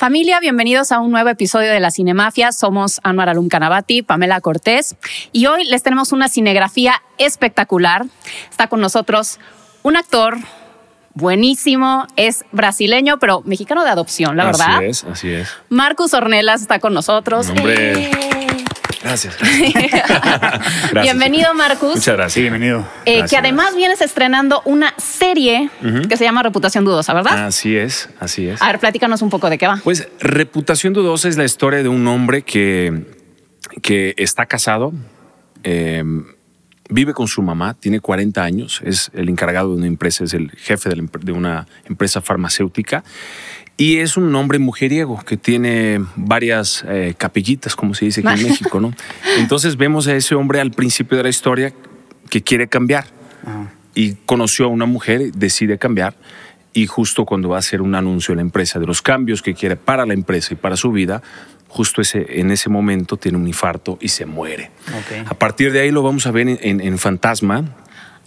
Familia, bienvenidos a un nuevo episodio de La Cinemafia. Somos Anwar Alum Canabati, Pamela Cortés y hoy les tenemos una cinegrafía espectacular. Está con nosotros un actor buenísimo, es brasileño, pero mexicano de adopción, la así verdad. es, así es. Marcus Ornelas está con nosotros. Hombre. ¡Eh! Gracias. Bienvenido, Marcus. Muchas gracias. Sí, bienvenido. Eh, Gracias. que además vienes estrenando una serie Ujú. Ah, que se llama Reputación Dudosa, ¿verdad? Así es, así es. A ver, platícanos un poco de qué va. Pues Reputación Dudosa es la historia de un hombre que, que está casado, eh, vive con su mamá, tiene 40 años, es el encargado de una empresa, es el jefe de, la empre- de una empresa farmacéutica y es un hombre mujeriego que tiene varias eh, capillitas, como se dice aquí en México, ¿no? Entonces vemos a ese hombre al principio de la historia que quiere cambiar. y conoció a una mujer, decide cambiar y justo cuando va a hacer un anuncio en la empresa de los cambios que quiere para la empresa y para su vida, justo ese, en ese momento tiene un infarto y se muere. Ok. A partir de ahí lo vamos a ver en, en- en Fantasma.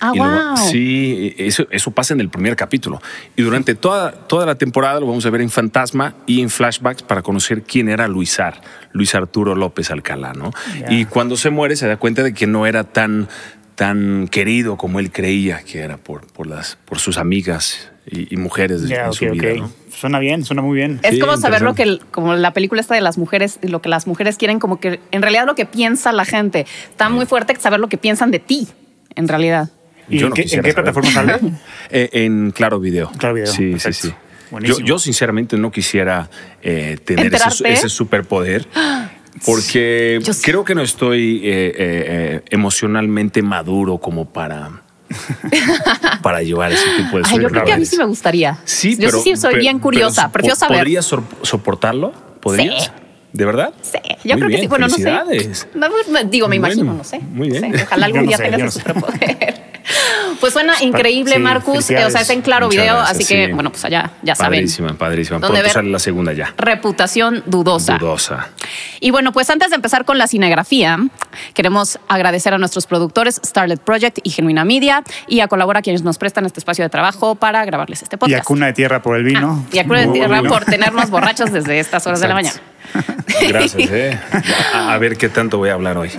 Ah, Y lo va- wow. sí, e-, eso, eso pasa en el primer capítulo. Y durante toda, toda la temporada lo vamos a ver en Fantasma y en flashbacks para conocer quién era Luisar, Luis Arturo López Alcalá, ¿no? Ya. Y cuando se muere se da cuenta de que no era tan, tan querido como él creía que era por, por, las, por sus amigas y, y mujeres de, Ya, en ok, su ok. vida, ¿no? Suena bien, suena muy bien. Es Sí, como saber lo interesante. que, el- como la película está de las mujeres, lo que las mujeres quieren, como que en realidad lo que piensa la gente. Está muy fuerte saber lo que piensan de ti, en realidad. ¿Y Yo en no qué- en quisiera qué saber. plataforma sale? Eh, en Claro Video. Claro Video, Sí, perfecto. sí, sí. Yo, Buenísimo. yo sinceramente no quisiera eh, tener ese, ¿Enterarte? ese superpoder porque Yo sí. creo que no estoy eh, eh, eh, emocionalmente maduro como para, para llevar ese tipo de Ay, yo creo que a mí sí me gustaría. Pues Sí, yo pero, sí soy pero- bien pero curiosa, so- prefiero po- saber. ¿Podrías sor- soportarlo? ¿Podrías? Sí. ¿De verdad? Sí, yo creo Muy que bien, sí. Bueno, no felicidades. sé. No, pues, me- digo, me Bueno, imagino, no sé. muy No bien. sé, Ojalá algún Yo no día sé, tengas yo no ese sé. superpoder. pues suena increíble, sí, Marcus. Eh, o sea, felicidades. está en claro Muchas video, gracias, así que, sí. bueno, pues allá ya saben. Padrísima, padrísima. ¿Dónde Pronto ver? sale la segunda ya. Reputación dudosa. Dudosa. Y bueno, pues antes de empezar con la cinegrafía, queremos agradecer a nuestros productores Starlet Project y Genuina Media y a Colabora quienes nos prestan este espacio de trabajo para grabarles este Y podcast. Ah, a Cuna de Tierra por el vino. Y a Cuna de Muy Tierra bueno. por tenernos borrachos desde estas horas de la mañana. Gracias, eh. A, a ver qué tanto voy a hablar hoy.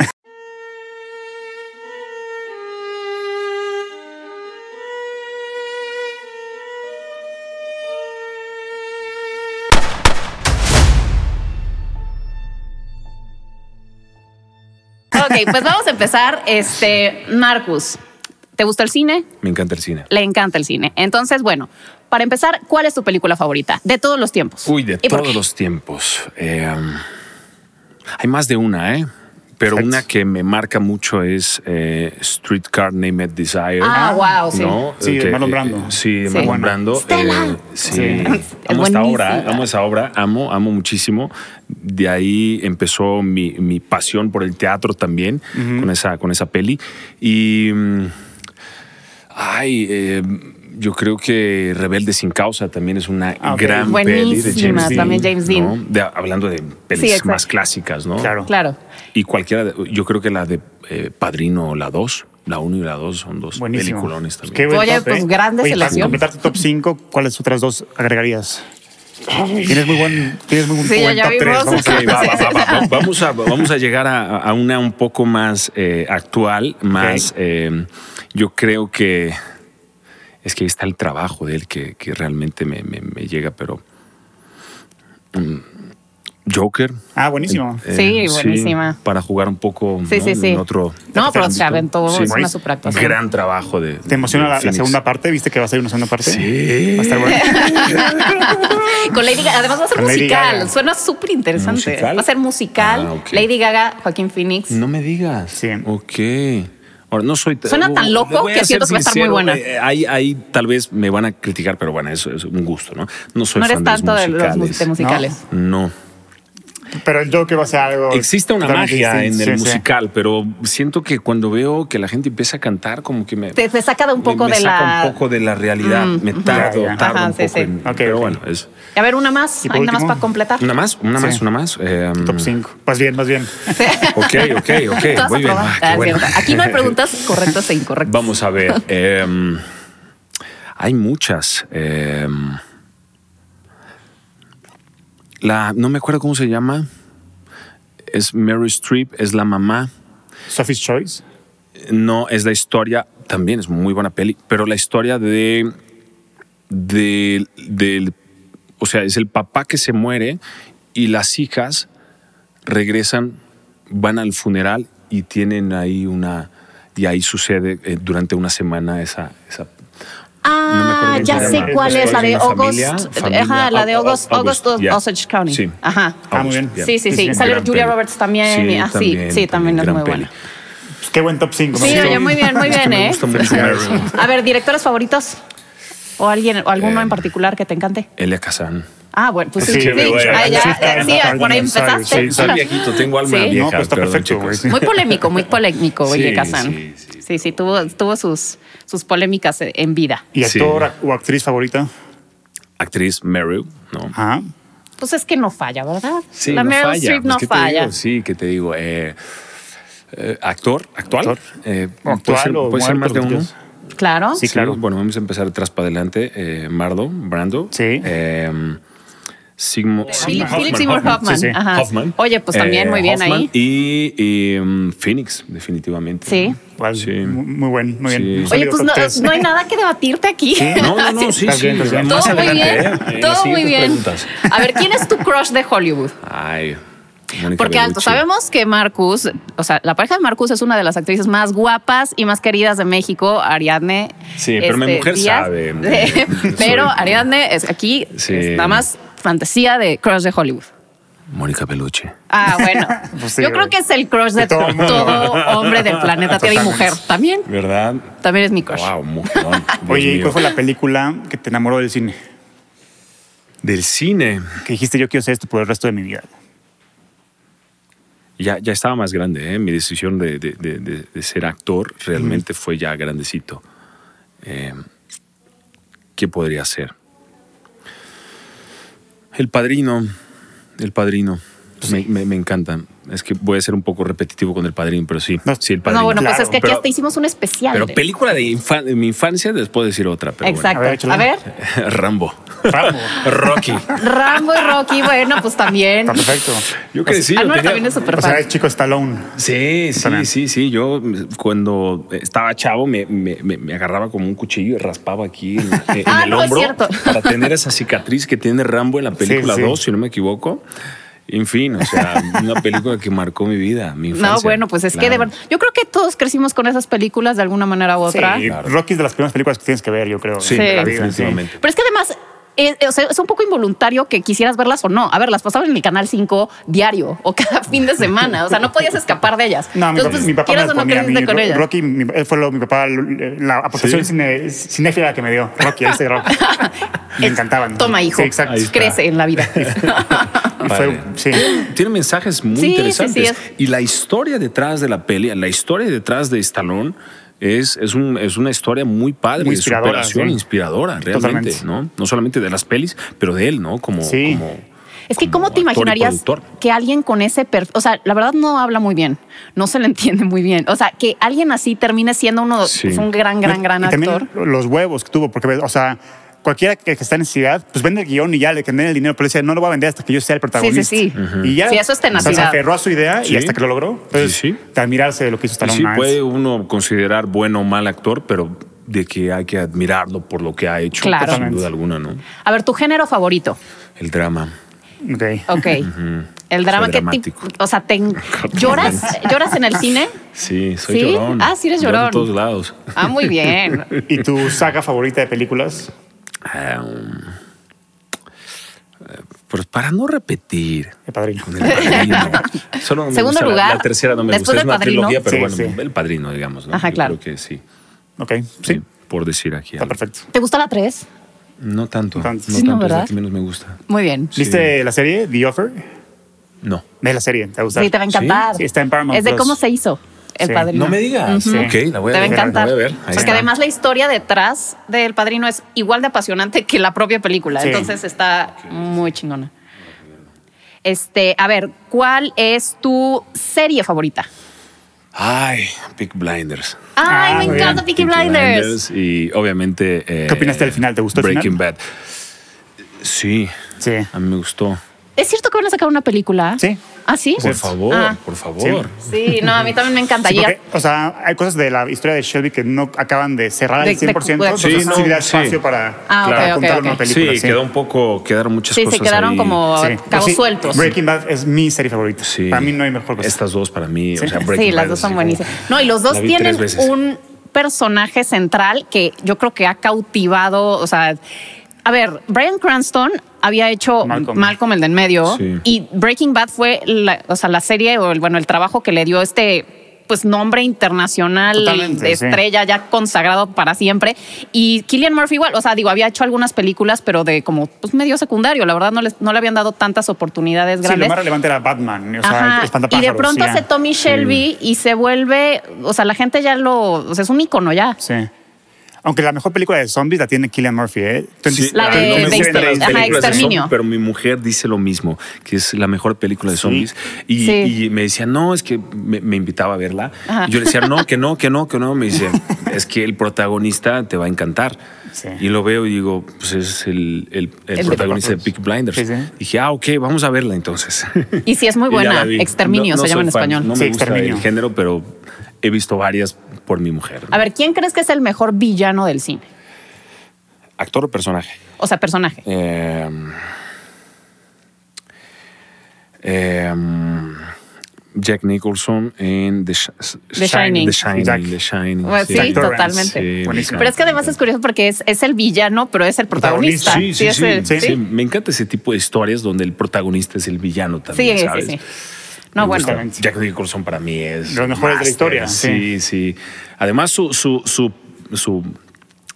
Ok, pues vamos a empezar. Este, Marcus, ¿te gusta el cine? Me encanta el cine. Le encanta el cine. Entonces, bueno, para empezar, ¿cuál es tu película favorita de todos los tiempos? Uy, de ¿Y por todos qué? los tiempos. Eh, hay más de una, ¿eh? Pero Exacto. una que me marca mucho es eh, Streetcar Named Desire. Ah, wow, sí. ¿no? Sí, de Que, Marlon eh, Brando. sí, de Sí. Marlon Bueno. Brando. Stella. Eh, sí. Sí. Amo Es esta buenísima. obra, amo esa obra, amo, amo muchísimo. De ahí empezó mi, mi pasión por el teatro también, con, esa, con esa peli. Y. mm, Ay, eh, yo creo que Rebelde sin causa también es una Ah, ok. gran peli de Buenísima, James Dean. también James Dean. ¿no? De- hablando de Sí, pelis exacto. más clásicas, ¿no? Claro. Claro. Y cualquiera, de- yo creo que la de eh, Padrino, la 2, la 1 y la 2 son dos Buenísimo. peliculones también. Qué buen Oye, top, ¿eh? pues, grandes Oye, elecciones. Para completar tu top 5, ¿cuáles otras dos agregarías? Tienes muy buen, tienes muy buen, Sí, buen ya top vimos. 3. Vamos a Ok, va, va, va, va, va. Vamos a, vamos a llegar a, a una un poco más eh, actual, más. Ok. eh, yo creo que. Es que ahí está el trabajo de él que, que realmente me, me- me llega, pero. mm, Joker. Eh, Ah, buenísimo. Sí, buenísima. para jugar un poco Sí, ¿no? sí, sí. en otro. No, pero se ámbito. aventó Sí. es una superactuación. Gran trabajo de. ¿Te emociona de la, la Phoenix. segunda parte? ¿Viste que va a salir una segunda parte? Sí. Va a estar bueno. Con Lady Gaga. Además va a ser Con Lady musical. Gaga. Suena súper interesante. ¿Musical? Va a ser musical. Ah, ok. Lady Gaga, Joaquín Phoenix. No me digas. Sí. Ok. Ahora, no soy... Suena tan loco voy que ser siento que va a estar muy sincero, buena. eh, Ahí, ahí tal vez me van a criticar, pero bueno, eso es un gusto, ¿no? No soy No eres fan de los tanto de los musicales. mus- de musicales. No. Pero el Joker va a ser algo. Existe una totalmente magia en distinto. el Sí, sí. musical, pero siento que cuando veo que la gente empieza a cantar, como que me... Te, te saca de un me- poco de me saca la. un poco de la realidad. Mm, me ujú. tardo, Ya, ya. tardo Ajá, un sí, poco sí. en- Ok, ok. pero bueno, es... A ver, una más. ¿Y por Hay nada más último? para completar. Una más, una Sí. más, una más. eh, Top 5. Pues bien, más bien. Ok, ok, ok. Todas muy bien. aprobadas. Ah, qué Ah, bueno. cierto. Aquí no hay preguntas correctas e incorrectas. Vamos a ver. em, hay muchas. em. la, no me acuerdo cómo se llama, es Mary Streep, es la mamá. Sophie's Choice. No, es la historia, también es muy buena peli, pero la historia de, de- del, o sea, es el papá que se muere y las hijas regresan, van al funeral y tienen ahí una, y ahí sucede eh, durante una semana esa, esa no me acuerdo Ah, cómo ya se sé llama. cuál es, la de Una August. eh, familia, familia, ajá, la de August, August, yeah. Osage County. Sí. Ajá. Ah, muy bien. yeah. Sí, sí, sí. Sí, Sale gran Julia peli. Roberts también. Sí, y- ah, sí, también, sí, también es gran muy peli. buena. Pues qué buen top 5. Sí, oye, muy bien, muy bien, me ¿eh? gusta mucho Meryl. A ver, ¿directores favoritos? ¿O alguien, o alguno Eh. en particular que te encante? Elia Kazan. Ah, bueno, pues sí, Sí, sí. güey, güey. Ah, ya, Sí, eh, sí, está- por ahí está- empezaste. Sí, soy viejito, tengo alma Sí. vieja, No, pues está perfecto, güey. sí. Muy polémico, muy polémico, Sí, oye, Kazan. sí, sí. Sí, sí, tuvo, tuvo sus, sus polémicas en vida. ¿Y Sí. actor o actriz favorita? Actriz Meryl, ¿no? Ajá. Pues es que no falla, ¿verdad? Sí, la no Meryl falla. Streep Pues, no ¿qué te falla. digo? Sí, que te digo. eh, eh, actor, actual. Actor. Eh, Actual puede ser, o puede ser más de muerto, uno. Dios. Claro. Sí, claro. Bueno, vamos a empezar tras para adelante. Eh, Mardo, Brando. Sí. Eh, Sigmo, Philip, Sigmund Philip Seymour Hoffman. Sí, sí. Ajá. Hoffman. Oye, pues también Eh, muy bien Hoffman ahí. Y, y, mm, Phoenix, definitivamente. Sí. Igual, Sí. Muy, muy buen, muy Sí. bien. Oye, Oye, Sólido pues top no, tres. no hay nada que debatirte aquí. No, no, no, sí, Está sí. bien, está más bien. Todo muy adelante, bien. ¿eh? En las Todo muy siguientes bien. preguntas. A ver, ¿quién es tu crush de Hollywood? Ay, Mónica Porque alto, Bellucci. sabemos que Marcus, o sea, la pareja de Marcus es una de las actrices más guapas y más queridas de México, Ariadne. este, Sí, pero mi mujer sabe. pero Soy- Ariadne es aquí Sí. es nada más fantasía de crush de Hollywood. Mónica Peluche. Ah, bueno. Pues sí, Yo güey. creo que es el crush de, De todo todo, mundo. hombre del planeta Tierra y Totalmente. mujer. También, ¿Verdad? también es mi crush. Wow, mujerón. Dios Oye, ¿y mío. cuál fue la película que te enamoró del cine? Del cine. Que dijiste, yo quiero hacer esto por el resto de mi vida. Ya, ya estaba más grande, ¿eh? Mi decisión de, de- de- de- de ser actor realmente fue ya grandecito. Eh, ¿Qué podría ser? El padrino. El padrino. Pues Me, me- me encanta. Es que voy a ser un poco repetitivo con el padrino, pero sí. No. sí, el padrino. No, bueno, pues Claro, es que aquí pero- hasta hicimos un especial. Pero de- película de, infan- de mi infancia, les puedo decir otra. Pero bueno. Exacto. A ver, échale. A ver, Rambo. Rambo. Rocky. Rambo y Rocky, bueno, pues también. Está perfecto. Yo crecí. Ah, yo no, tenía- también es súper O fan. sea, el chico Stallone. Sí, sí, También. sí, sí. Yo mm, cuando estaba chavo me, me- me- me agarraba como un cuchillo y raspaba aquí en, en Ah, el no, es hombro cierto. para tener esa cicatriz que tiene Rambo en la película sí. 2, si no me equivoco. En fin, o sea, una película que marcó mi vida, mi infancia. No, bueno, pues es que de Claro. verdad. Yo creo que todos crecimos con esas películas de alguna manera u otra. Y Rocky es de las primeras películas que tienes que ver, yo creo. Sí, de la vida, definitivamente. Pero es que además. eh, eh, o sea, es un poco involuntario que quisieras verlas o no. A ver, las pasaban en el Canal 5 diario o cada fin de semana. O sea, no podías escapar de ellas. No, mi, Entonces, papá- pues, mi papá me quieras lo o no ponía a mí. creciste con Ro- ellas. Rocky mi- él fue lo, mi papá, la aportación Sí. cine- cinéfila que me dio. Rocky, ahí está Rocky. Me Es- encantaban. Toma, hijo. Sí, exacto. Ahí está. Crece en la vida. Y Padre. fue, sí. Tiene mensajes muy Sí, sí, interesantes. sí, es- Y la historia detrás de la peli, la historia detrás de Stallone es, es, un- es una historia muy padre, Muy de inspiradora, superación, sí. inspiradora, realmente, Totalmente. ¿no? No solamente de las pelis, pero de él, ¿no? Como, Sí. como Es que, como ¿cómo te actor y imaginarías productor. que alguien con ese perfil? O sea, la verdad no habla muy bien, no se le entiende muy bien. O sea, que alguien así termine siendo uno, Sí. pues, un gran, gran, gran y también actor. los huevos que tuvo, porque, o sea, cualquiera que, que está en necesidad, pues vende el guión y ya le que den el dinero, pero decía, no lo voy a vender hasta que yo sea el protagonista. sí. Ujú. Y ya. Sí, eso es tenacidad. O sea, se aferró a su idea Sí. y hasta que lo logró. Entonces, Sí, sí. de admirarse de lo que hizo Y Stallone. sí, Nance. puede uno considerar bueno o mal actor, pero de que hay que admirarlo por lo que ha hecho, pues, Claro. sin Totalmente. duda alguna, ¿no? A ver, tu género favorito. El drama. Ok. Ok. El drama Soy que te, dramático. o sea, te lloras, lloras en el cine. Sí, soy ¿Sí? llorón. Ah, sí eres Lloro llorón. en todos lados. Ah, muy bien. ¿Y tu saga favorita de películas? Ah, um, eh, pues para no repetir. El Padrino. con El padrino. Solo me Segundo gusta la- lugar, la, tercera no me después gusta. Es del una Padrino. trilogía, pero Sí, bueno, sí. el padrino, digamos. ¿no? Ajá, Yo claro. Creo que sí. Ok, sí. sí, Por decir aquí. Está algo. perfecto. ¿Te gusta la 3? No tanto. Tanto. No Sí, no, tanto. Es la ¿verdad? que menos me gusta. Muy bien. Sí. ¿Viste la serie The Offer? No. Ve la serie, te va a gustar. Sí, te va a encantar. Sí, está en Paramount Es de Plus. cómo se hizo el Sí. padrino. No me digas. Ujú. Ok, la voy a Te va a ver. encantar. La voy a ver. Ahí Porque está. además la historia detrás del padrino es igual de apasionante que la propia película. Sí. Entonces está muy chingona. Este, a ver, ¿cuál es tu serie favorita? Ay, Big Blinders. Ay, Ah, me muy encanta Peaky Blinders. Y obviamente. eh, ¿Qué opinaste del final? ¿Te gustó el Breaking Bad. Sí, Sí. a mí me gustó. ¿Es cierto que van a sacar una película? Sí. ¿Ah, sí? Por Cierto. favor, Ah. por favor. Sí, no, a mí también me Sí, encantaría. porque, o sea, hay cosas de la historia de Shelby que no acaban de cerrar De- al de- 100%, entonces Sí, sí, no, da sí. espacio para, Ah, ok, para ok, contar ok. una Sí, película. quedó un poco, quedaron muchas Sí, cosas. se quedaron ahí. como Sí. Pues cabos Sí, sueltos. Breaking Bad es mi serie favorita. Sí. Para mí no hay mejor cosa. Estas dos para mí. o sea, Breaking Sí, las Bad dos es son así buenísimas. como- No, y los dos La vi tienen tres veces. un personaje central que yo creo que ha cautivado, o sea, a ver, Brian Cranston había hecho Malcolm, Malcolm. el de en medio Sí. y Breaking Bad fue la, o sea, la serie o el, bueno, el trabajo que le dio este pues nombre internacional Totalmente, de sí. estrella ya consagrado para siempre y Killian Murphy igual, o sea, digo, había hecho algunas películas pero de como pues medio secundario, la verdad no les no le habían dado tantas oportunidades Sí, grandes. lo más relevante era Batman. O sea, Ajá, Y espantapájaros, de pronto ya. hace Tommy Shelby y se vuelve, o sea, la gente ya lo, o sea, es un icono ya. Sí. Aunque la mejor película de zombies la tiene Killian Murphy, ¿eh? Sí, La a de- mí de me gustan Exter- las ajá, películas de Exterminio. zombies, pero mi mujer dice lo mismo, que es la mejor película de Sí. zombies. Y, Sí. y me decía, no, es que me, me invitaba a verla. Ajá. Y yo le decía, no, que no, que no, que no. Me dice, es que el protagonista te va a encantar. Sí. Y lo veo y digo, pues es el, el- el de- protagonista de Peak Blinders. Sí, sí. Dije, ah, ok, vamos a verla entonces. Y sí, es muy Y ya buena. la vi. Exterminio se soy llama en fan, español. No Sí, me gusta Exterminio. el género, pero he visto varias por mi mujer. A ver, ¿quién crees que es el mejor villano del cine? ¿Actor o personaje? O sea, personaje. Em, em, Jack Nicholson en The, Sh- The Shining. The Shining. Exacto. The Shining, Bueno, sí, Jack Torrance. totalmente. Sí, Buenísimo. Pero es que además es curioso porque es, es el villano, pero es el protagonista. Protagonista. Sí, sí, sí, es el- sí, sí. sí. Me encanta ese tipo de historias donde el protagonista es el villano Sí, también, sí, ¿sabes? sí. No, Me bueno. gusta. Jack Nicholson para mí es. Los mejores de la historia, Sí, sí. Además, su, su, su, su,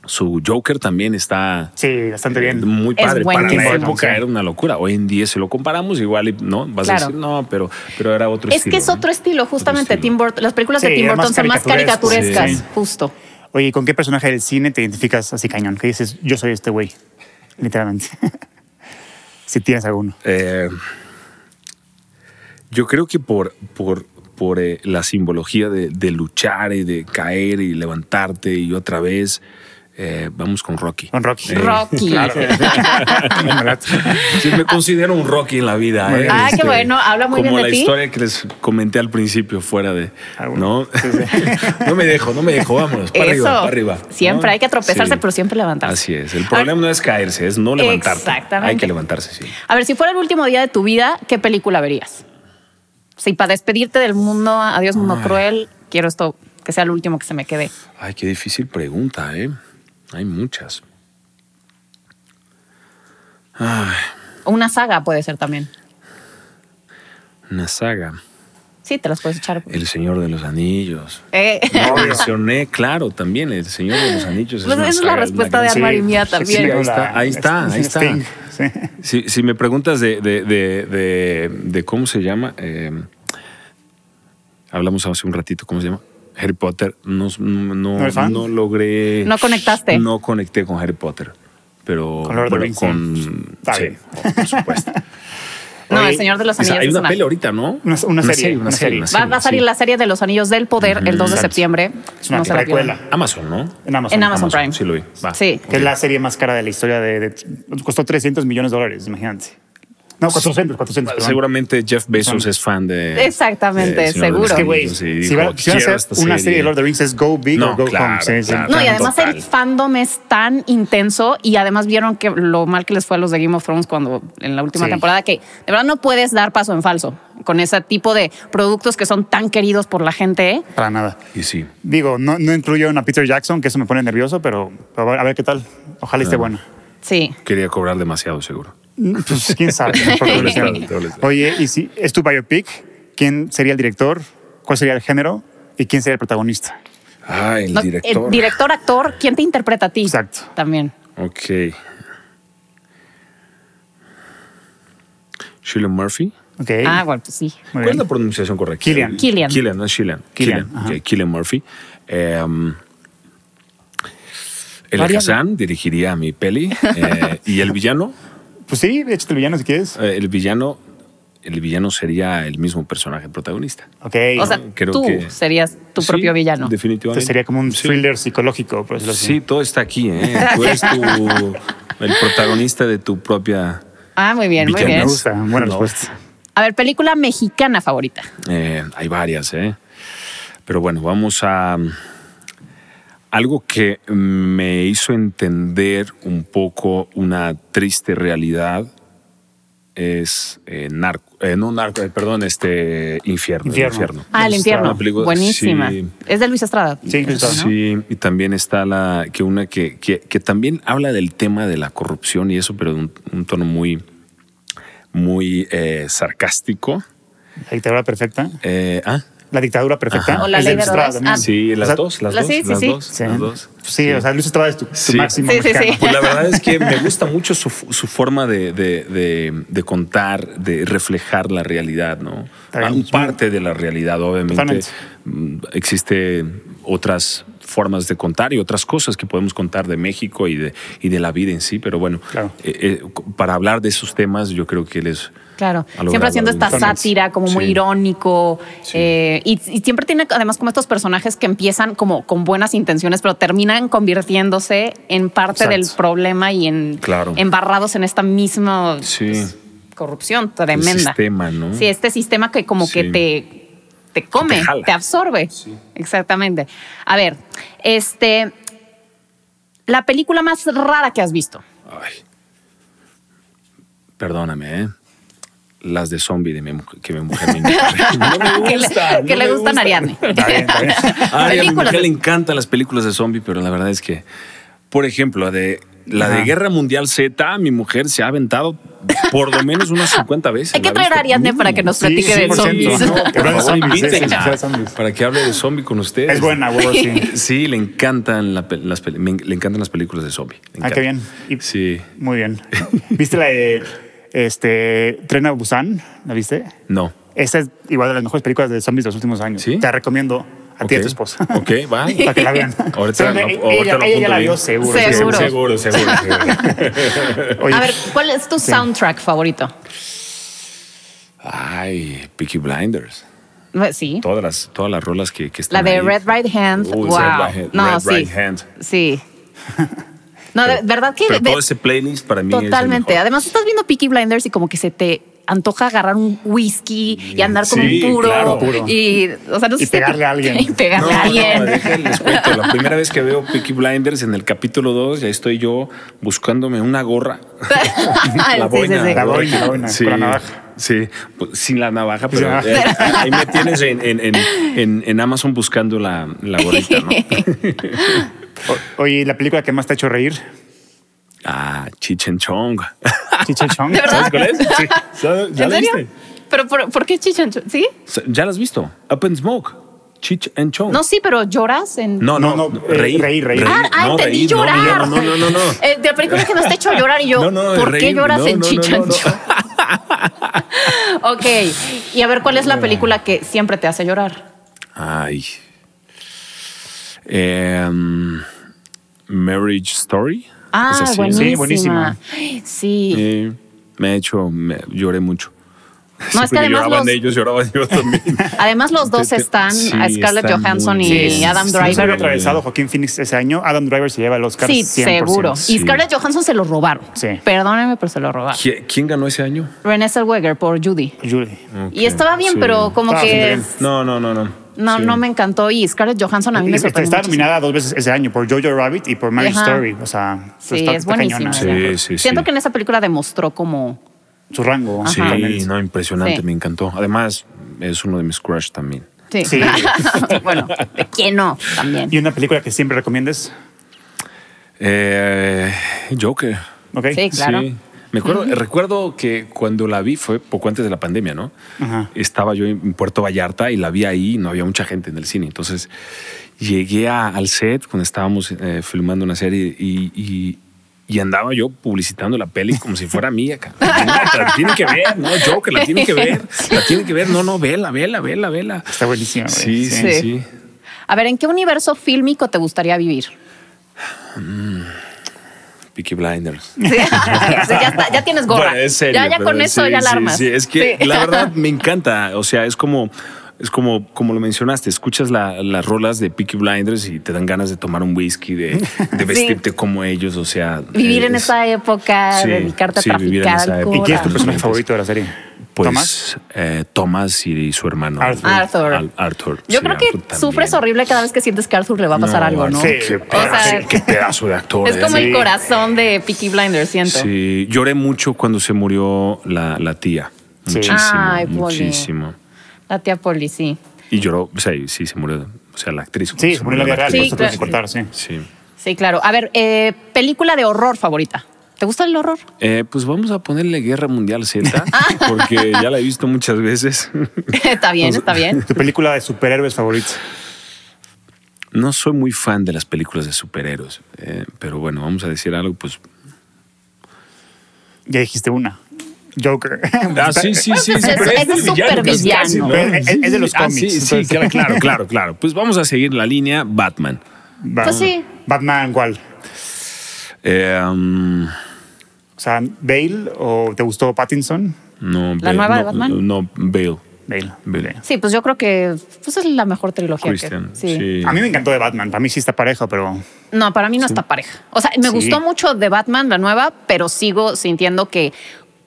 su Joker también está. Sí, bastante eh, bien. Muy Es padre. Para buenísimo. la época Sí. era una locura. Hoy en día, si lo comparamos, igual, y, ¿no? Vas Claro. a decir, no, pero, pero era otro Es estilo. que es ¿no? otro estilo, justamente. estilo. Tim Burton, las películas de Sí, Tim era más Burton son más caricaturesco. caricaturescas, Sí. justo. Oye, ¿y ¿con qué personaje del cine te identificas así cañón? Que dices, yo soy este güey, literalmente. si tienes alguno. Eh, yo creo que por, por, por eh, la simbología de, de luchar y de caer y levantarte y otra vez, eh, vamos con Rocky. Con Rocky. Eh, Rocky. Me late. Sí, me considero un Rocky en la vida. Muy ¿eh? bien. Ah, qué bueno, habla muy como bien de la ti. historia que les comenté al principio fuera de, Ah, ¿no? bueno. Sí, sí. no me dejo, no me dejo, vámonos, para Eso. arriba, para arriba. Siempre ¿no? hay que tropezarse, Sí. pero siempre levantarse. Así es, el problema no es caerse, es no levantarte. Exactamente. Hay que levantarse, sí. A ver, si fuera el último día de tu vida, ¿qué película verías? Sí, para despedirte del mundo, adiós mundo Ay. cruel, quiero esto que sea el último que se me quede. Ay, qué difícil pregunta, ¿eh? Hay muchas. Ay, O una saga puede ser también. una saga. Sí, te las puedes echar. El Señor de los Anillos. Eh, Lo mencioné, claro, también El Señor de los Anillos. Pues una esa es la saga, una respuesta gran de Álvaro y saga. mía Sí, también. ahí está, ahí está, ahí está. Este Sting, sí. Si, si me preguntas de, de- de- de- de cómo se llama, eh, hablamos hace un ratito, ¿cómo se llama? Harry Potter, no, no, ¿No eres fan? no logré... No conectaste. No conecté con Harry Potter, pero Con Lord of the bueno, Rings, sí. con... Está Sí, bien. por supuesto. no, Oye, El Señor de los Esa- Anillos. hay es una una- peli ahorita, ¿no? Una- una serie, una serie. una serie. Va, una va a salir sí. la serie de los Anillos del Poder el 2 de Exacto. septiembre. Es una No se la pierdan. precuela. Amazon, ¿no? En Amazon. En Amazon, Prime. Sí, lo vi. Va. Sí. Que es la serie más cara de la historia de, de- Costó 300 millones de dólares, imagínate. No, 400, 400. perdón. Seguramente Jeff Bezos Son- es fan de... Exactamente, de Señor de seguro. los Es que, güey, Anillos y si dijo, van si van "Quiero a hacer esta una serie de Lord of the Rings es Go Big No, o Go claro, Home. Sí, sí. claro. No, y Total. además el fandom es tan intenso y además vieron que lo mal que les fue a los de Game of Thrones cuando en la última Sí. temporada que de verdad no puedes dar paso en falso con ese tipo de productos que son tan queridos por la gente. ¿eh? Para nada. Y sí. Digo, no, no incluyeron a Peter Jackson, que eso me pone nervioso, pero a ver, a ver qué tal. Ojalá esté bueno. Sí. Quería cobrar demasiado, seguro. Pues quién sabe. Doble estándar, doble estándar. Oye, y si es tu biopic, ¿quién sería el director? ¿Cuál sería el género? ¿Y quién sería el protagonista? Ah, el No, eh, director. director, actor, ¿quién te interpreta a ti? Exacto. También. ok. Shillian Murphy. Ok. Ah, bueno, pues sí. Muy ¿Cuál es bien. la pronunciación correcta? Killian. Killian. Killian, no es Shillian. Killian, Killian. ajá. ok, Killian Murphy. Em, el Variable. Hassan dirigiría mi peli. eh, y el villano. Pues sí, échate el villano si quieres. eh, el villano. El villano sería el mismo personaje protagonista. Ok. O sea, creo tú que- serías tu Sí, propio villano. Definitivamente. Entonces sería como un Sí. thriller psicológico, por decirlo así. Sí, todo está aquí. ¿eh? Tú eres tu- el protagonista de tu propia Ah, muy bien, muy Villana. bien. Me gusta, pues, buena No. respuesta. A ver, película mexicana favorita. Eh, hay varias, ¿eh? Pero bueno, vamos a... mm, Algo que me hizo entender un poco una triste realidad es eh, narco, eh, no narco, eh, perdón, este infierno. el Infierno. infierno. Ah, El Está- Infierno. una película- Buenísima. sí. Es de Luis Estrada. Sí, Luis Estrada. ¿no? Sí, y también está la que una que, que, que también habla del tema de la corrupción y eso, pero de un, un tono muy, muy eh, sarcástico. La dictadura perfecta. Eh, ah, La dictadura perfecta. Ajá. O la es de ley de Luis Estrada Herodes. también. Ah, sí, las O sea, dos, las la- dos, sí, sí, las sí. dos, Sí. las dos. Sí, o sea, Luis Estrada es tu, tu Sí. máximo. Sí, sí, sí. mexicano. Pues la verdad es que me gusta mucho su, su forma de, de- de- de contar, de reflejar la realidad, ¿no? Está bien. pues, Ah, un parte de la realidad, obviamente. Totalmente. Mm, Existe otras formas de contar y otras cosas que podemos contar de México y de, y de la vida en sí, pero bueno, Claro. eh, eh, para hablar de esos temas yo creo que él es... Claro, ha siempre logrado haciendo esta algún- sátira como muy Sí. irónico Sí. eh, y, y siempre tiene además como estos personajes que empiezan como con buenas intenciones pero terminan convirtiéndose en parte Exacto. del problema y en Claro. embarrados en esta misma Sí. pues, corrupción tremenda. sistema, ¿no? Sí, este sistema que como que Sí. te te come, Te te, jala. absorbe. Sí. Exactamente. A ver, este la película más rara que has visto. Ay. Perdóname, ¿eh? Las de zombie de mi mujer, que mi mujer me encanta. No me Que le- gusta, no que le me gustan a gusta. Ariadne. Está bien, está bien. Ay, a mi Películas. mujer le encantan las películas de zombie, pero la verdad es que, por ejemplo, la de la de Ajá. Guerra Mundial Z, mi mujer se ha aventado por lo menos unas 50 veces. Hay que la he traer a visto. Ariadne para que nos Sí, platique de 100%, zombies. ¿no? Por Que hable de favor, zombies, sí, invítenla sí, sí, de zombies. para que hable de zombie con ustedes. Es buena, huevo, sí. Sí, le encantan, la pe- las, peli- me en- le encantan las películas de zombie. Le Ah, qué bien. encantan. Y- Sí. Muy bien. ¿Viste la de este, Tren a Busan? ¿La viste? No. Esa es igual de las mejores películas de zombies de los últimos años. ¿Sí? Te la recomiendo a ti y a Ok. tu esposa. Ok, va. Para que la vean. Ahorita, Seguro, lo- ella- ahorita lo ella, ya apunto la bien. vio seguro. Seguro. Seguro, seguro, seguro. Oye, A ver, ¿cuál es tu soundtrack favorito? Ay, Peaky Blinders. Eh, Sí. Todas las, todas las rolas que, La que están de ahí. Red Right Hand. Uh, wow. Red Right Hand. no, Red sí. Right Hand. Sí. No, de Pero- verdad que pero ve- todo ese playlist para mí es el totalmente. mejor. Además, estás viendo Peaky Blinders y como que se te antoja agarrar un whisky y andar con Sí, un puro. claro. Y, o sea, no Y sé si te- pegarle a alguien. y pegarle a No, alguien. no, dejen, les cuento. La primera vez que veo Peaky Blinders en el capítulo 2, ya estoy yo buscándome una gorra. Ah, Sí, sí, sí. La boina. La boina, la boina, con la navaja. Sí, pues, sin la navaja, Sin pero la eh, ahí me tienes en, en- en- en- en Amazon buscando la, la gorrita, ¿no? o- oye, la película que más te ha hecho reír, Ah, Chichen Chong. Chiche Chong. ¿De verdad? ¿Sabes cuál es? Sí. ¿Sabes? ¿Ya ¿En la serio? viste? ¿Pero por, por qué chichancho? ¿Sí? ¿Ya la has visto? Up and Smoke. Chich and Chong. No, sí, pero lloras en... no, no, No, no, eh, reír, reír, reír. Ah, ah, no, entendí reír, no, llorar. No, no, no, no. no. Eh, de la película que nos te hecho llorar y yo, No, no, ¿por qué reír, lloras no, en no, no, Chichancho? no. ok, y a ver, ¿cuál es la película que siempre te hace llorar? Ay. Em, marriage Story. Ah, ¿Es así? buenísima. Sí, buenísima. Ay, Sí. Eh, me ha hecho, me- lloré mucho. No, es que Porque además lloraban los- ellos, lloraban yo también. Además, los dos Te- te- están, sí, a Scarlett están Johansson muy y bien. Adam si Sí, no se hubiera Driver. atravesado Joaquín Phoenix ese año, Adam Driver se lleva el Oscar Sí, 100%. seguro. Y Sí. Scarlett Johansson se lo robaron. Sí. Perdónenme, pero se lo robaron. ¿Qui- ¿Quién ganó ese año? Renée Zellweger por Judy. Julie. Y estaba bien, sí. pero como Estaba bastante que bien. No, no, no, no. no, Sí. no me encantó. Y Scarlett Johansson a mí Y me está sorprendió. está muchísimo. nominada dos veces ese año por Jojo Rabbit y por Marriage Ajá. Story. O sea, Sí, está, es está buenísima. cañona. ¿eh? Sí, sí, sí. Siento que en esa película demostró como Su rango. Sí, totalmente. no, impresionante, Sí. me encantó. Además, es uno de mis crush también. Sí. Sí. bueno, ¿de quién no? También. ¿Y una película que siempre recomiendes? Eh, Joker. ¿Ok? Sí. Claro. Sí. Me acuerdo, Recuerdo que cuando la vi fue poco antes de la pandemia, ¿no? Ajá. Estaba yo en Puerto Vallarta y la vi ahí, no había mucha gente en el cine. Entonces llegué a- al set cuando estábamos eh, filmando una serie y, y- y andaba yo publicitando la peli como si fuera mía. cabrón. La tienen que ver, ¿no? Joker, la tienen que ver, la tienen que ver. No, no, vela, vela, vela, vela. Está buenísima. güey. Sí, sí, Sí. sí. A ver, ¿en qué universo fílmico te gustaría vivir? Peaky Blinders. Sí. O sea, ya, está, ya tienes gorra. Bueno, en serio, ya ya pero con eso sí, ya sí, alarmas. sí, es que la verdad me encanta. O sea, es como es como, como lo mencionaste, escuchas la- las rolas de Peaky Blinders y te dan ganas de tomar un whisky, de, de vestirte como ellos, o sea... Vivir en es- esa e- época, Sí, dedicarte a sí, vivir en traficar esa alcohol. época. ¿Y quién es tu Ahora. personaje favorito de la serie? Pues, ¿Tomás? eh, Thomas y su hermano. Arthur. Arthur. Al- Arthur, Yo sí, creo que Arthur también. sufres horrible cada vez que sientes que a Arthur le va a pasar algo, ¿no? Arthur, Sí. Qué O pedazo, sea, qué pedazo de actor. Es ¿eh? como Sí. el corazón de Peaky Blinders, siento. Sí, lloré mucho cuando se murió la, la tía. Sí. Muchísimo, Ay, pues, Poli. muchísimo. La tía Polly, sí. Y lloró, o sea, y sí, se murió, o sea, la actriz. Sí, se murió en la vida real, Sí, por eso tuve que claro. cortar, sí. Sí. Sí, claro. A ver, eh, película de horror favorita. ¿Te gusta el horror? Eh, pues vamos a ponerle Guerra Mundial Z, porque ya la he visto muchas veces. está bien, está bien. ¿Tu película de superhéroes favorita? No soy muy fan de las películas de superhéroes, eh, pero bueno, vamos a decir algo, pues... Ya dijiste una. Joker. Ah, sí, sí, sí. Pues, pero ese es del villano casi, supervillano. casi, ¿no? Pero es- es de los Ah, cómics, sí, sí, entonces. claro, claro, claro. Pues vamos a seguir la línea Batman. Batman. Pues sí. Batman, ¿cuál? Eh, um, O sea, Bale o te gustó Pattinson? no, ¿La Bale, nueva de no, Batman? No, Bale. Bale. Bale. Sí, pues yo creo que pues es la mejor trilogía. que- Christian. sí. sí. A mí me encantó de Batman. Para mí sí está pareja, pero No, para mí no está pareja. O sea, me Sí. gustó mucho de Batman, la nueva, pero sigo sintiendo que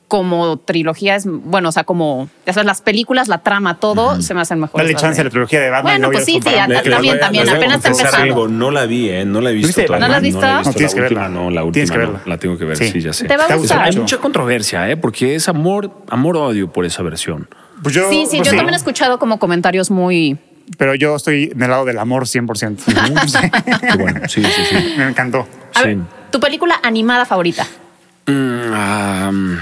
como trilogía es, bueno, o sea, como ya sabes, las películas, la trama, todo, se me hacen mejor. dale esas chance a de- la trilogía de Batman. Bueno, no pues voy a sí, sí, comparar. a- Les- les también, voy a- también, les voy a apenas está confesar empezando. algo, No la vi, ¿eh? No la he visto. ¿Viste Batman? todavía, ¿No la has he visto? visto. No, tienes la que última, verla. no, la última. Tienes que no, verla. la tengo que ver, Sí. sí, ya sé. Te va a Te ha gustar. gustado Hay mucho. mucha controversia, ¿eh? Porque es amor, amor odio por esa versión. Pues yo, Sí, sí, pues yo también he escuchado como comentarios muy... Pero yo estoy del lado del amor 100%. Qué bueno, sí, sí, sí. Me encantó. A Sí. ver, tu película animada favorita. Mm, ah, mm,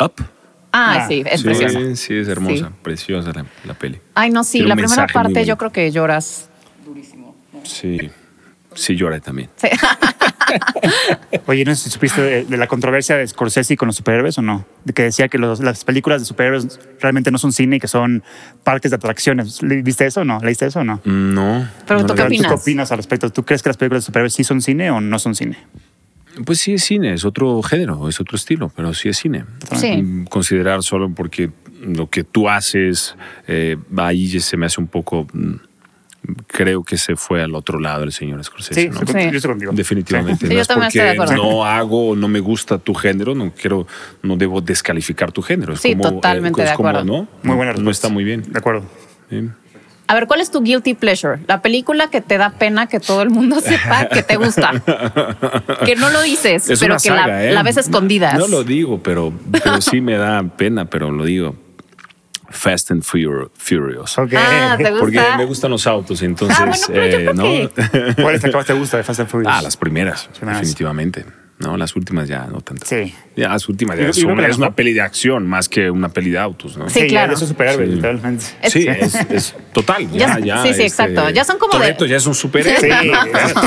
up. Ah, Ah, sí, es sí, preciosa. sí, es hermosa, preciosa la, la peli. Ay, no, sí, Tiene un la primera mensaje muy parte yo bonito. creo que lloras. Sí, sí lloré también. Sí. Oye, no sé si supiste de, de la controversia de Scorsese con los superhéroes o no. De que decía que los- las películas de superhéroes realmente no son cine y que son parques de atracciones. ¿Le- ¿Viste eso o no? ¿Leíste eso o no? Mm, No. Pero no tú la qué vi. Pero, ¿Tú qué opinas? opinas al respecto? ¿Tú crees que las películas de superhéroes sí son cine o no son cine? Pues sí es cine, es otro género, es otro estilo, pero sí es cine. Sí. Mm, Considerar solo porque lo que tú haces, eh, ahí ya se me hace un poco, mm, creo que se fue al otro lado el señor Scorsese. ¿no? estoy con- Sí. yo estoy contigo. Definitivamente. Sí, yo no es también estoy de porque acuerdo. no hago, no me gusta tu género, no quiero, no debo descalificar tu género. Es Sí, como, eh, totalmente es de como, acuerdo. ¿no? Muy buena No respuesta. está muy bien. ¿eh? De acuerdo. Sí. A ver, ¿cuál es tu guilty pleasure? La película que te da pena que todo el mundo sepa que te gusta. que no lo dices, Es pero una que saga, la, ¿eh? la ves escondidas. No lo digo, pero, pero sí me da pena, pero lo digo. Fast and Fur- Furious. Ok. Ah, ¿te gusta? Porque me gustan los autos, entonces. Ah, bueno, pero yo eh, creo ¿no? que- ¿Cuáles te acabas te gusta de Fast and Furious? Ah, las primeras, Primeras. definitivamente. No, las últimas ya no tanto. Sí. Ya, las últimas Yo- ya yo creo son- que es las- una peli de acción más que una peli de autos, ¿no? Sí, claro. Eso es superhéroes, Sí. literalmente. Es- Sí, es, es total. Ya- Ya, ya, sí, sí, exacto. Ya son como de- Toretto ya es un superhéroe. Sí.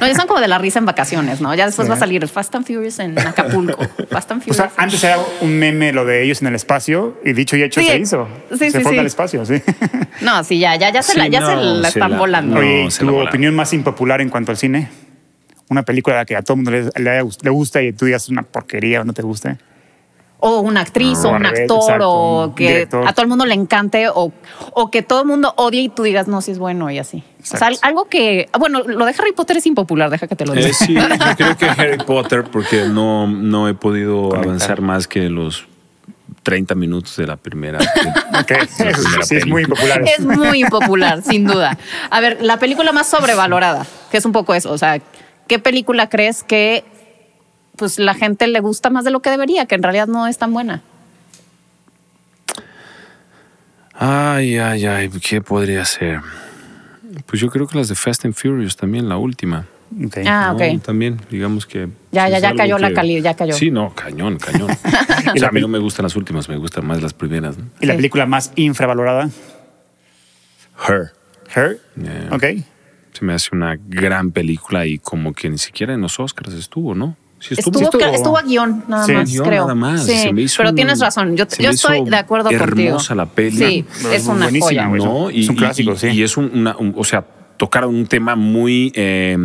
No, ya son como de la risa en vacaciones, ¿no? Ya después va a salir Fast and Furious en Acapulco. Fast and O Furious. sea, antes era un meme lo de ellos en el espacio y dicho y hecho Sí. se hizo. Sí, se sí, fueron sí. al espacio, sí. no, sí, ya, ya, ya se Sí, la, ya no, se la se están la- volando. no. Oye, se la tu volaron. opinión más impopular en cuanto al cine. Una película a la que a todo el mundo le, le haya gust- le gusta y tú digas una porquería o no te guste. O una actriz, o No, un al revés, actor, exacto, o un que director. a todo el mundo le encante, o, o que todo el mundo odie y tú digas, no, sí es bueno y así. O sea, Exacto. algo que. Bueno, lo de Harry Potter es impopular, deja que te lo diga. Eh, sí, yo creo que Harry Potter, porque no, no he podido Conectar. avanzar más que los 30 minutos de la primera. Ok, eso sí, primera sí, es peli. muy impopular. Es muy impopular, sin duda. A ver, la película más sobrevalorada, que es un poco eso. O sea, ¿qué película crees que pues la gente le gusta más de lo que debería, que en realidad no es tan buena? Ay, ay, ay, ¿qué podría ser? Pues yo creo que las de Fast and Furious también, la última. Ok. Ah, ¿no? ok. También, digamos que. pues, Ya, es ya, ya algo cayó la que- calidad, ya cayó. Sí, no, cañón, cañón. o sea, a mí no me gustan las últimas, me gustan más las primeras. ¿no? ¿Y la Sí. película más infravalorada? Her. Her. Eh, Ok. Se me hace una gran película y como que ni siquiera en los Oscars estuvo, ¿no? Sí Estuvo, sí estuvo. cre- estuvo a guión, nada Sí, más, guión creo. nada más. Sí, Se me hizo pero un- tienes razón. Yo, se yo me hizo estoy de acuerdo contigo. hermosa la peli. Sí, No, es es una buenísima, joya. güey. ¿no? Es un clásico, y- sí. Y es un, una- un- o sea, tocaron un tema muy eh,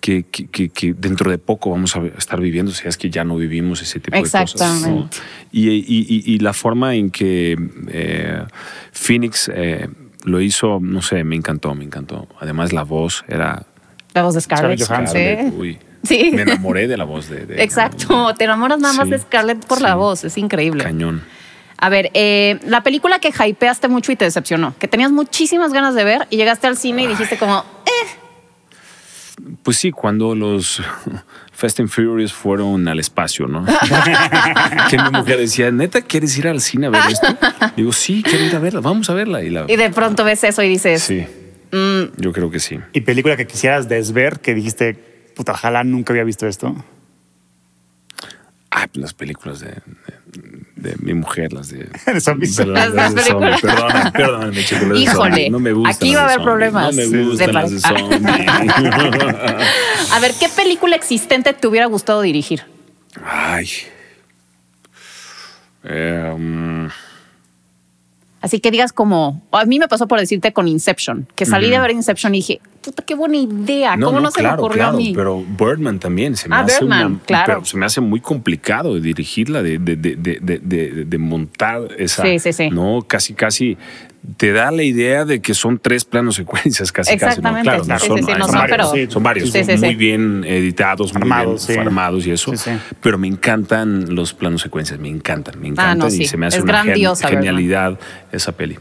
que, que- que- que dentro de poco vamos a estar viviendo, si es que ya no vivimos ese tipo de cosas. ¿no? Exactamente. Y, y- y- y la forma en que eh, Phoenix eh, lo hizo, no sé, me encantó, me encantó. Además, la voz era. La voz de Scarlett. Scarlett Johansson. Ah, Sí. Uy, Sí. Me enamoré de la voz de. de- Exacto, te enamoras nada más Sí. de Scarlett por Sí. la voz, es increíble. Cañón. A ver, eh, la película que hypeaste mucho y te decepcionó, que tenías muchísimas ganas de ver y llegaste al cine y dijiste como, "Eh", Pues sí, cuando los Fast and Furious fueron al espacio, ¿no? que mi mujer decía, ¿neta quieres ir al cine a ver esto? Digo, sí, quiero ir a verla, vamos a verla. Y la. y de pronto ves eso y dices, "Mm". Sí, yo creo que sí. ¿Y película que quisieras desver que dijiste, puta, ojalá nunca había visto esto? Ah, las películas de, de- de mi mujer, las de. De zombies. Perdón, Las- las de zombies, películas. perdóname, perdóname, chicos, las de Híjole, zombies. no me gustan aquí va las de a haber problemas. zombies, Sí. No me De gustan las de zombies. a ver, ¿qué película existente te hubiera gustado dirigir? Ay. Eh, mm, Así que digas como, a mí me pasó por decirte con Inception, que salí de ver Inception y dije, puta, qué buena idea, ¿cómo no, se claro, me ocurrió claro, a mí? Pero Birdman también se me Ah, hace Birdman, una- claro. pero se me hace muy complicado de dirigirla, de, de, de, de, de- de- de montar esa. Sí, sí, sí. No, casi, casi te da la idea de que son tres planos secuencias, casi, Exactamente, casi. No, claro, sí, sí, no son, sí, no hay- son, varios, pero- son varios, Sí, sí, muy sí. bien editados, muy Armados, bien sí. armados y eso. Sí, sí. Pero me encantan los planos secuencias, me encantan, me encantan Ah, no, y sí, se me hace es una gen- grandiosa, Birdman. genialidad esa peli.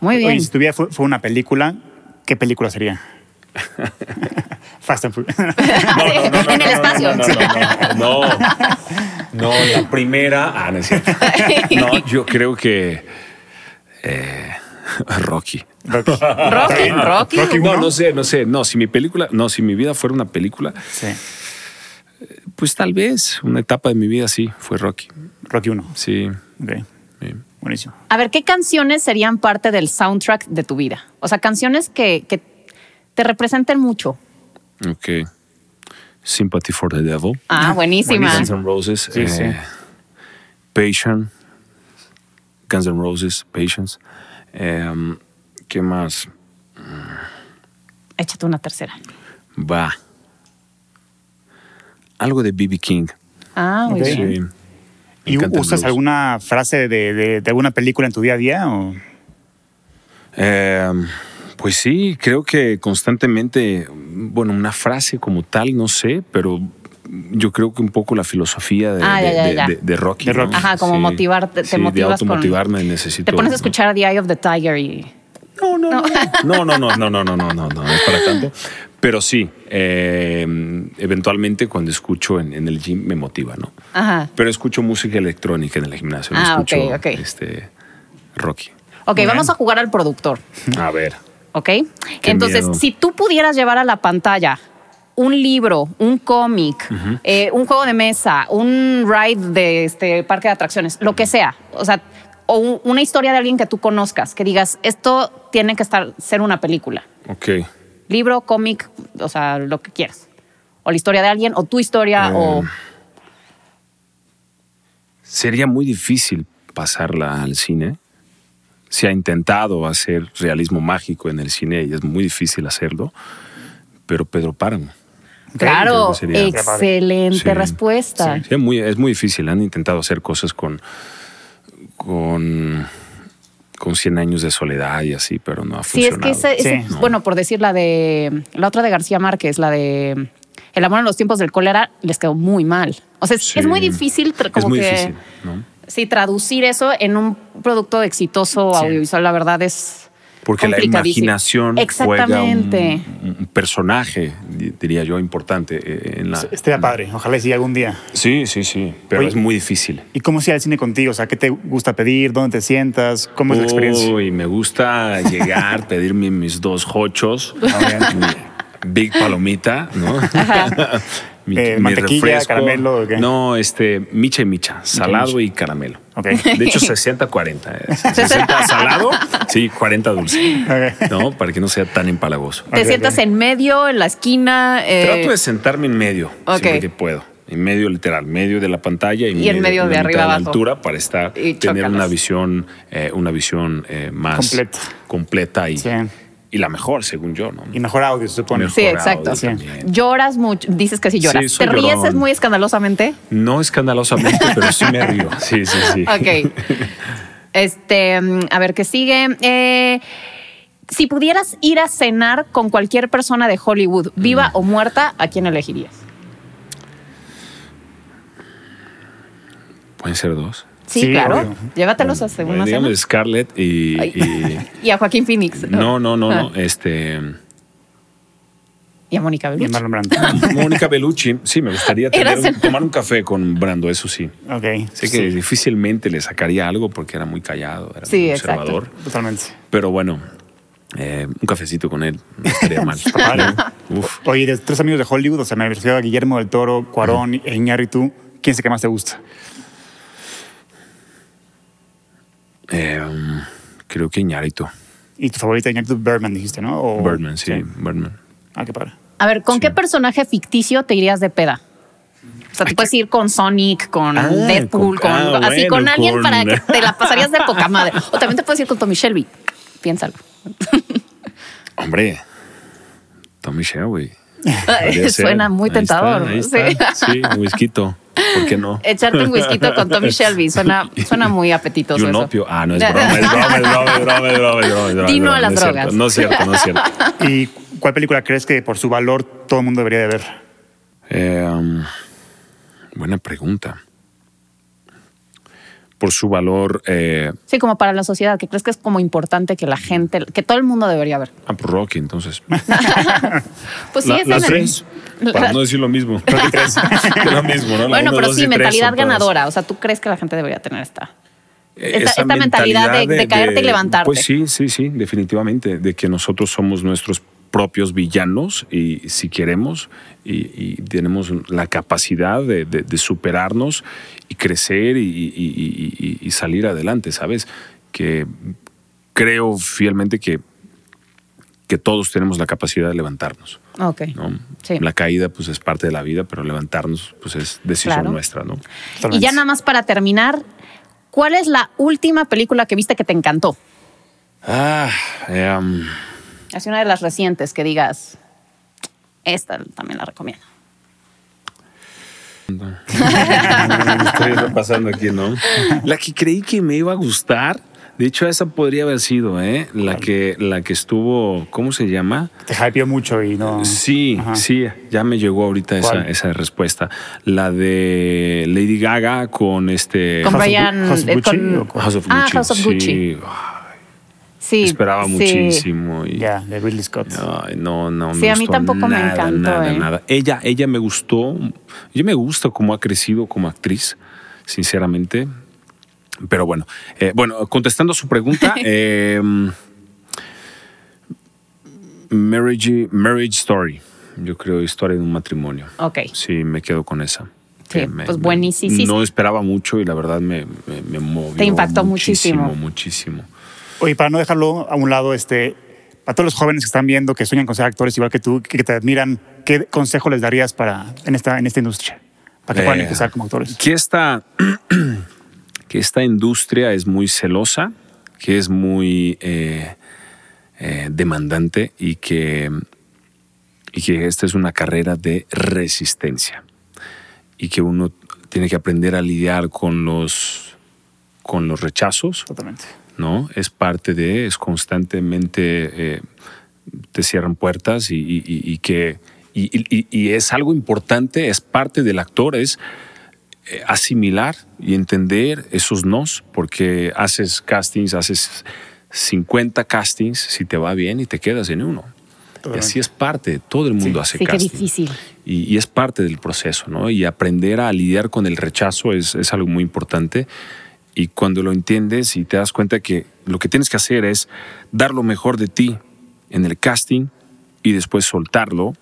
Muy bien. Oye, si tuviera fue, fue una película, ¿qué película sería? Fast and Furious. en el espacio. No, no, no, no, no. No, la primera. Ah, no es cierto. No, yo creo que. eh, Rocky. Rocky. Rocky, Rocky. No, no sé, no sé. No, si mi película, no, si mi vida fuera una película, Sí, pues tal vez una etapa de mi vida sí fue Rocky. Rocky 1. Sí. Ok, sí. buenísimo. A ver, ¿qué canciones serían parte del soundtrack de tu vida? O sea, canciones que, que te representen mucho. Ok. Sympathy for the Devil. Ah, buenísima. Guns N' Roses. eh, Sí, sí. Patient. Guns N' Roses, Patience. Em, ¿Qué más? Échate una tercera. Va. Algo de BB King. Ah, muy Ok. bien. Sí. Me ¿Y encanta el usas blues. alguna frase de, de- de alguna película en tu día a día? O? Eh, pues sí, creo que constantemente, bueno, una frase como tal, no sé, pero yo creo que un poco la filosofía de, Ah, ya, de- ya, de- ya. de- de Rocky. De Rocky. ¿no? Ajá, como Sí. motivarte, te Sí, motivas de automotivarme con... necesito. Te pones a ¿no? escuchar The Eye of the Tiger y... No, no, no, no, no, no, no, no, no, no, no, no es para tanto. Pero sí, eh, eventualmente cuando escucho en, en el gym me motiva, ¿no? Ajá. Pero escucho música electrónica en el gimnasio, no Ah, escucho ok, ok. este Rocky. Ok, Bien. vamos a jugar al productor, A ver. ¿ok? Entonces, miedo. si tú pudieras llevar a la pantalla un libro, un cómic, eh, un juego de mesa, un ride de este parque de atracciones, lo que sea, o sea, o un- una historia de alguien que tú conozcas, que digas, esto tiene que estar, ser una película. Ok. Libro, cómic, o sea, lo que quieras. O la historia de alguien, o tu historia, o... Eh, Sería muy difícil pasarla al cine. Se ha intentado hacer realismo mágico en el cine y es muy difícil hacerlo, pero Pedro Páramo. Claro, creo que sería- excelente Sí. respuesta. Sí, es, muy, es muy difícil. Han intentado hacer cosas con, con, con 100 años de soledad y así, pero no ha Sí, es funcionado. que ese, ese- Sí. bueno, por decir la de la otra de García Márquez, la de El amor en los tiempos del cólera, les quedó muy mal. O sea, es, Sí. es muy difícil tra- como es muy que difícil, ¿no? sí traducir eso en un producto exitoso audiovisual, la verdad es Porque la complicadísimo. imaginación juega un, Exactamente. un personaje, di- diría yo, importante eh, en la... Estaría padre, ojalá y sí algún día. Sí, sí, sí, pero Pues este. Oye. es muy difícil. ¿Y cómo se ir al cine contigo? O sea, ¿qué te gusta pedir? ¿Dónde te sientas? ¿Cómo es la experiencia? Uy, me gusta llegar, pedirme mis dos hochos, mi big palomita, ¿no? mi, Eh, mi mantequilla, caramelo, ¿o qué? No, este, micha y micha, salado y caramelo. Ok. De hecho, 60-40. eh, 60 salado, sí, 40 dulce. Ok. No, para que no sea tan empalagoso. te Ok, sientas ok. en medio, en la esquina, eh, Trato de sentarme en medio, ok. siempre que puedo. En medio literal, medio de la pantalla y, en medio de la mitad arriba la abajo. altura para estar, Y tener chócalas. una visión, eh, una visión eh, más Completa. completa y, Sí. Y la mejor, según yo, ¿no? Y mejor audio, se supone. Mejor Sí, exacto. audio Sí. también. Lloras mucho, dices que sí lloras. Sí, soy ¿Te ríes llorón. es muy escandalosamente? No escandalosamente, pero sí me río. Sí, sí, sí. Ok. Este, mm, a ver qué sigue. Eh, si pudieras ir a cenar con cualquier persona de Hollywood, viva Mm. o muerta, ¿a quién elegirías? Pueden ser dos. Sí, Sí, claro. obvio. Llévatelos a Bueno, una cena. dígame Scarlett y, Ay. y- Y a Joaquín Phoenix. No, no, no, no. Ah, Este. Y a Mónica Y Bellucci. Marlon Brando. Mónica Bellucci. Sí, me gustaría Era tener un- cena. tomar un café con Brando, eso sí. ok. Sé que difícilmente le sacaría algo porque era muy callado, era Sí, muy exacto. observador. Totalmente. Pero bueno, eh, un cafecito con él no estaría mal. padre. Uf. Oye, de tres amigos de Hollywood, o sea, me refiero a Guillermo del Toro, Cuarón e Iñárritu, ¿quién es el que más te gusta? Eh, creo que Iñárritu. Y tu favorita de Iñárritu, Birdman, dijiste, ¿no? Oh, O- Birdman, sí, Birdman. Ah, qué padre. A ver, ¿con Sí. qué personaje ficticio te irías de peda? O sea, tú puedes ir con Sonic, con Ah, Deadpool, con- con, ah, así, bueno, con alguien con- para que te la pasarías de poca madre. O también te puedes ir con Tommy Shelby. Piénsalo. Hombre, Tommy Shelby. Podría ser. Suena muy Ahí tentador. está, ahí está. Sí, un whisquito. ¿Por qué no? Echarte un whisky con Tommy Shelby suena, suena muy apetitoso. Y un eso. opio. Ah, no, es broma, es broma, es broma, es broma, es broma, es broma, es broma, Di no es a las broma, drogas. No es cierto, no es cierto. No es cierto. ¿Y cuál película crees que por su valor todo el mundo debería de ver? Eh, um, buena pregunta. Por su valor, eh, Sí, como para la sociedad, que crees que es como importante que la gente, que todo el mundo debería ver. ah, por Rocky, entonces. Pues sí, La- es las en el- tres, para no decir lo mismo. Rocky tres. Es lo mismo, ¿no? La Bueno, uno, pero dos sí, y tres mentalidad son todas. ganadora. O sea, tú crees que la gente debería tener esta. Eh, Esta- esa esta mentalidad de- de caerte y levantarte. Pues sí, sí, sí, definitivamente, de que nosotros somos nuestros propios villanos y si queremos y, y tenemos la capacidad de, de- de superarnos y crecer y, y- y- y- y salir adelante, ¿sabes? Que creo fielmente que, que todos tenemos la capacidad de levantarnos. Ok. ¿no? Sí. La caída pues es parte de la vida, pero levantarnos pues es decisión Claro. nuestra, ¿no? Y Totalmente. ya nada más para terminar, ¿cuál es la última película que viste que te encantó? Ah, em, Así una de las recientes que digas, esta también la recomiendo. Estoy repasando aquí, ¿no? La que creí que me iba a gustar. De hecho, esa podría haber sido, ¿eh? La que, la que estuvo, ¿cómo se llama? Te hypeó mucho y no. Sí, Ajá. sí, ya me llegó ahorita esa, ¿Cuál? esa respuesta. La de Lady Gaga con este... Con House of Gu- Brian. House of eh, Gucci con- o con- House of Gucci. Ah, House of sí. Gucci. Sí. Esperaba sí. muchísimo. Y, Ya, de Ridley Scott. Ay, no, no. Sí, me a mí gustó tampoco me nada, encantó, Nada, ¿eh? nada. Ella, ella me gustó. Yo me gusta cómo ha crecido como actriz, sinceramente. Pero bueno, eh, bueno, contestando a su pregunta, eh, marriage, marriage Story. Yo creo historia de un matrimonio. Ok. Sí, me quedo con esa. Sí, Que me- pues me- buenísimo. No esperaba mucho y la verdad me, me, me movió. Te impactó muchísimo. Muchísimo, muchísimo. Oye, para no dejarlo a un lado, este, para todos los jóvenes que están viendo, que sueñan con ser actores igual que tú, que que te admiran, ¿qué consejo les darías para, en, esta, en esta industria? Para que puedan Eh, empezar como actores. Que esta, que esta industria es muy celosa, que es muy eh, eh, demandante y que, y que esta es una carrera de resistencia y que uno tiene que aprender a lidiar con los, con los rechazos, Totalmente. ¿no? Es parte de, es constantemente, eh, te cierran puertas y, y- y- y que, y, y- y es algo importante, es parte del actor, es eh, asimilar y entender esos nos, porque haces castings, haces 50 castings, si te va bien y te quedas en uno. Y así es parte, todo el mundo hace Sí, qué casting. difícil. Y, y es parte del proceso, ¿no? Y aprender a lidiar con el rechazo es, es algo muy importante. Y cuando lo entiendes y te das cuenta que lo que tienes que hacer es dar lo mejor de ti en el casting y después soltarlo,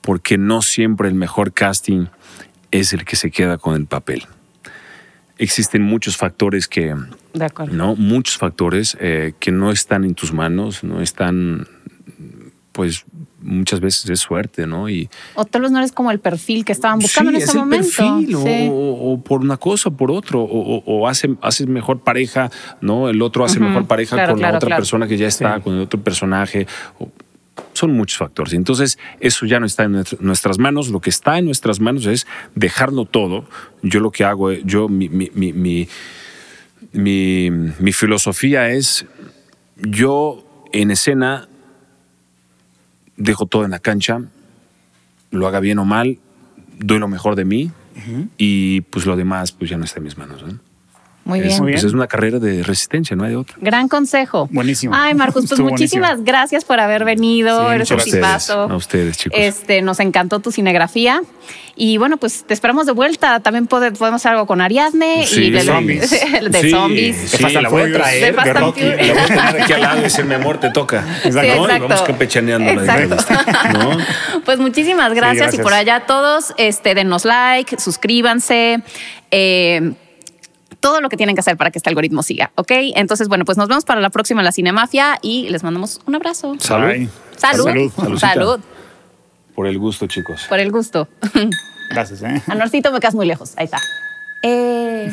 porque no siempre el mejor casting es el que se queda con el papel. Existen muchos factores que, De acuerdo. ¿no? Muchos factores eh, que no están en tus manos, no están, pues, muchas veces es suerte, ¿no? Y O tal vez no eres como el perfil que estaban buscando sí, en ese es el momento. perfil, o, Sí. o- o por una cosa o por otro, o, o- o hace, haces mejor pareja, ¿no? El otro hace Ujú, mejor pareja claro, con claro, la otra claro. persona que ya está, Sí. con el otro personaje. o- son muchos factores. Entonces, eso ya no está en nuestr- nuestras manos. Lo que está en nuestras manos es dejarlo todo. Yo lo que hago, eh, yo, mi- mi- mi- mi, mi, mi filosofía es, yo en escena dejo todo en la cancha, lo haga bien o mal, doy lo mejor de mí y pues lo demás pues ya no está en mis manos. ¿no? Muy es, bien. Muy bien. pues, es una carrera de resistencia, no hay de otra. Gran consejo. Buenísimo. Ay, Marcus, pues Estuvo muchísimas buenísimo. gracias por haber venido. Sí, Eres A un muchas ustedes, tipazo. a ustedes chicos. Este, nos encantó tu cinegrafía. Y bueno, pues te esperamos de vuelta. También pode- podemos hacer algo con Ariadne Sí. y de Zombies. de Sí, zombies. sí, Fast and la voy a Furious, traer De Fast de and Rocky. Furious. La voy a tener aquí al lado y decir, mi amor, te toca. Exacto. ¿no? Y exacto. vamos campechaneando la Exacto. entrevista, ¿no? Pues muchísimas gracias. Y gracias. por allá todos, este, denos like, suscríbanse. eh, todo lo que tienen que hacer para que este algoritmo siga, ¿ok? Entonces, bueno, pues nos vemos para la próxima en la Cinemafia y les mandamos un abrazo. Salud. Ay. Salud. Salud. Salud. Saludcita. Por el gusto, chicos. Por el gusto. Gracias, ¿eh? Anorcito, me quedas muy lejos. Ahí está. Eh.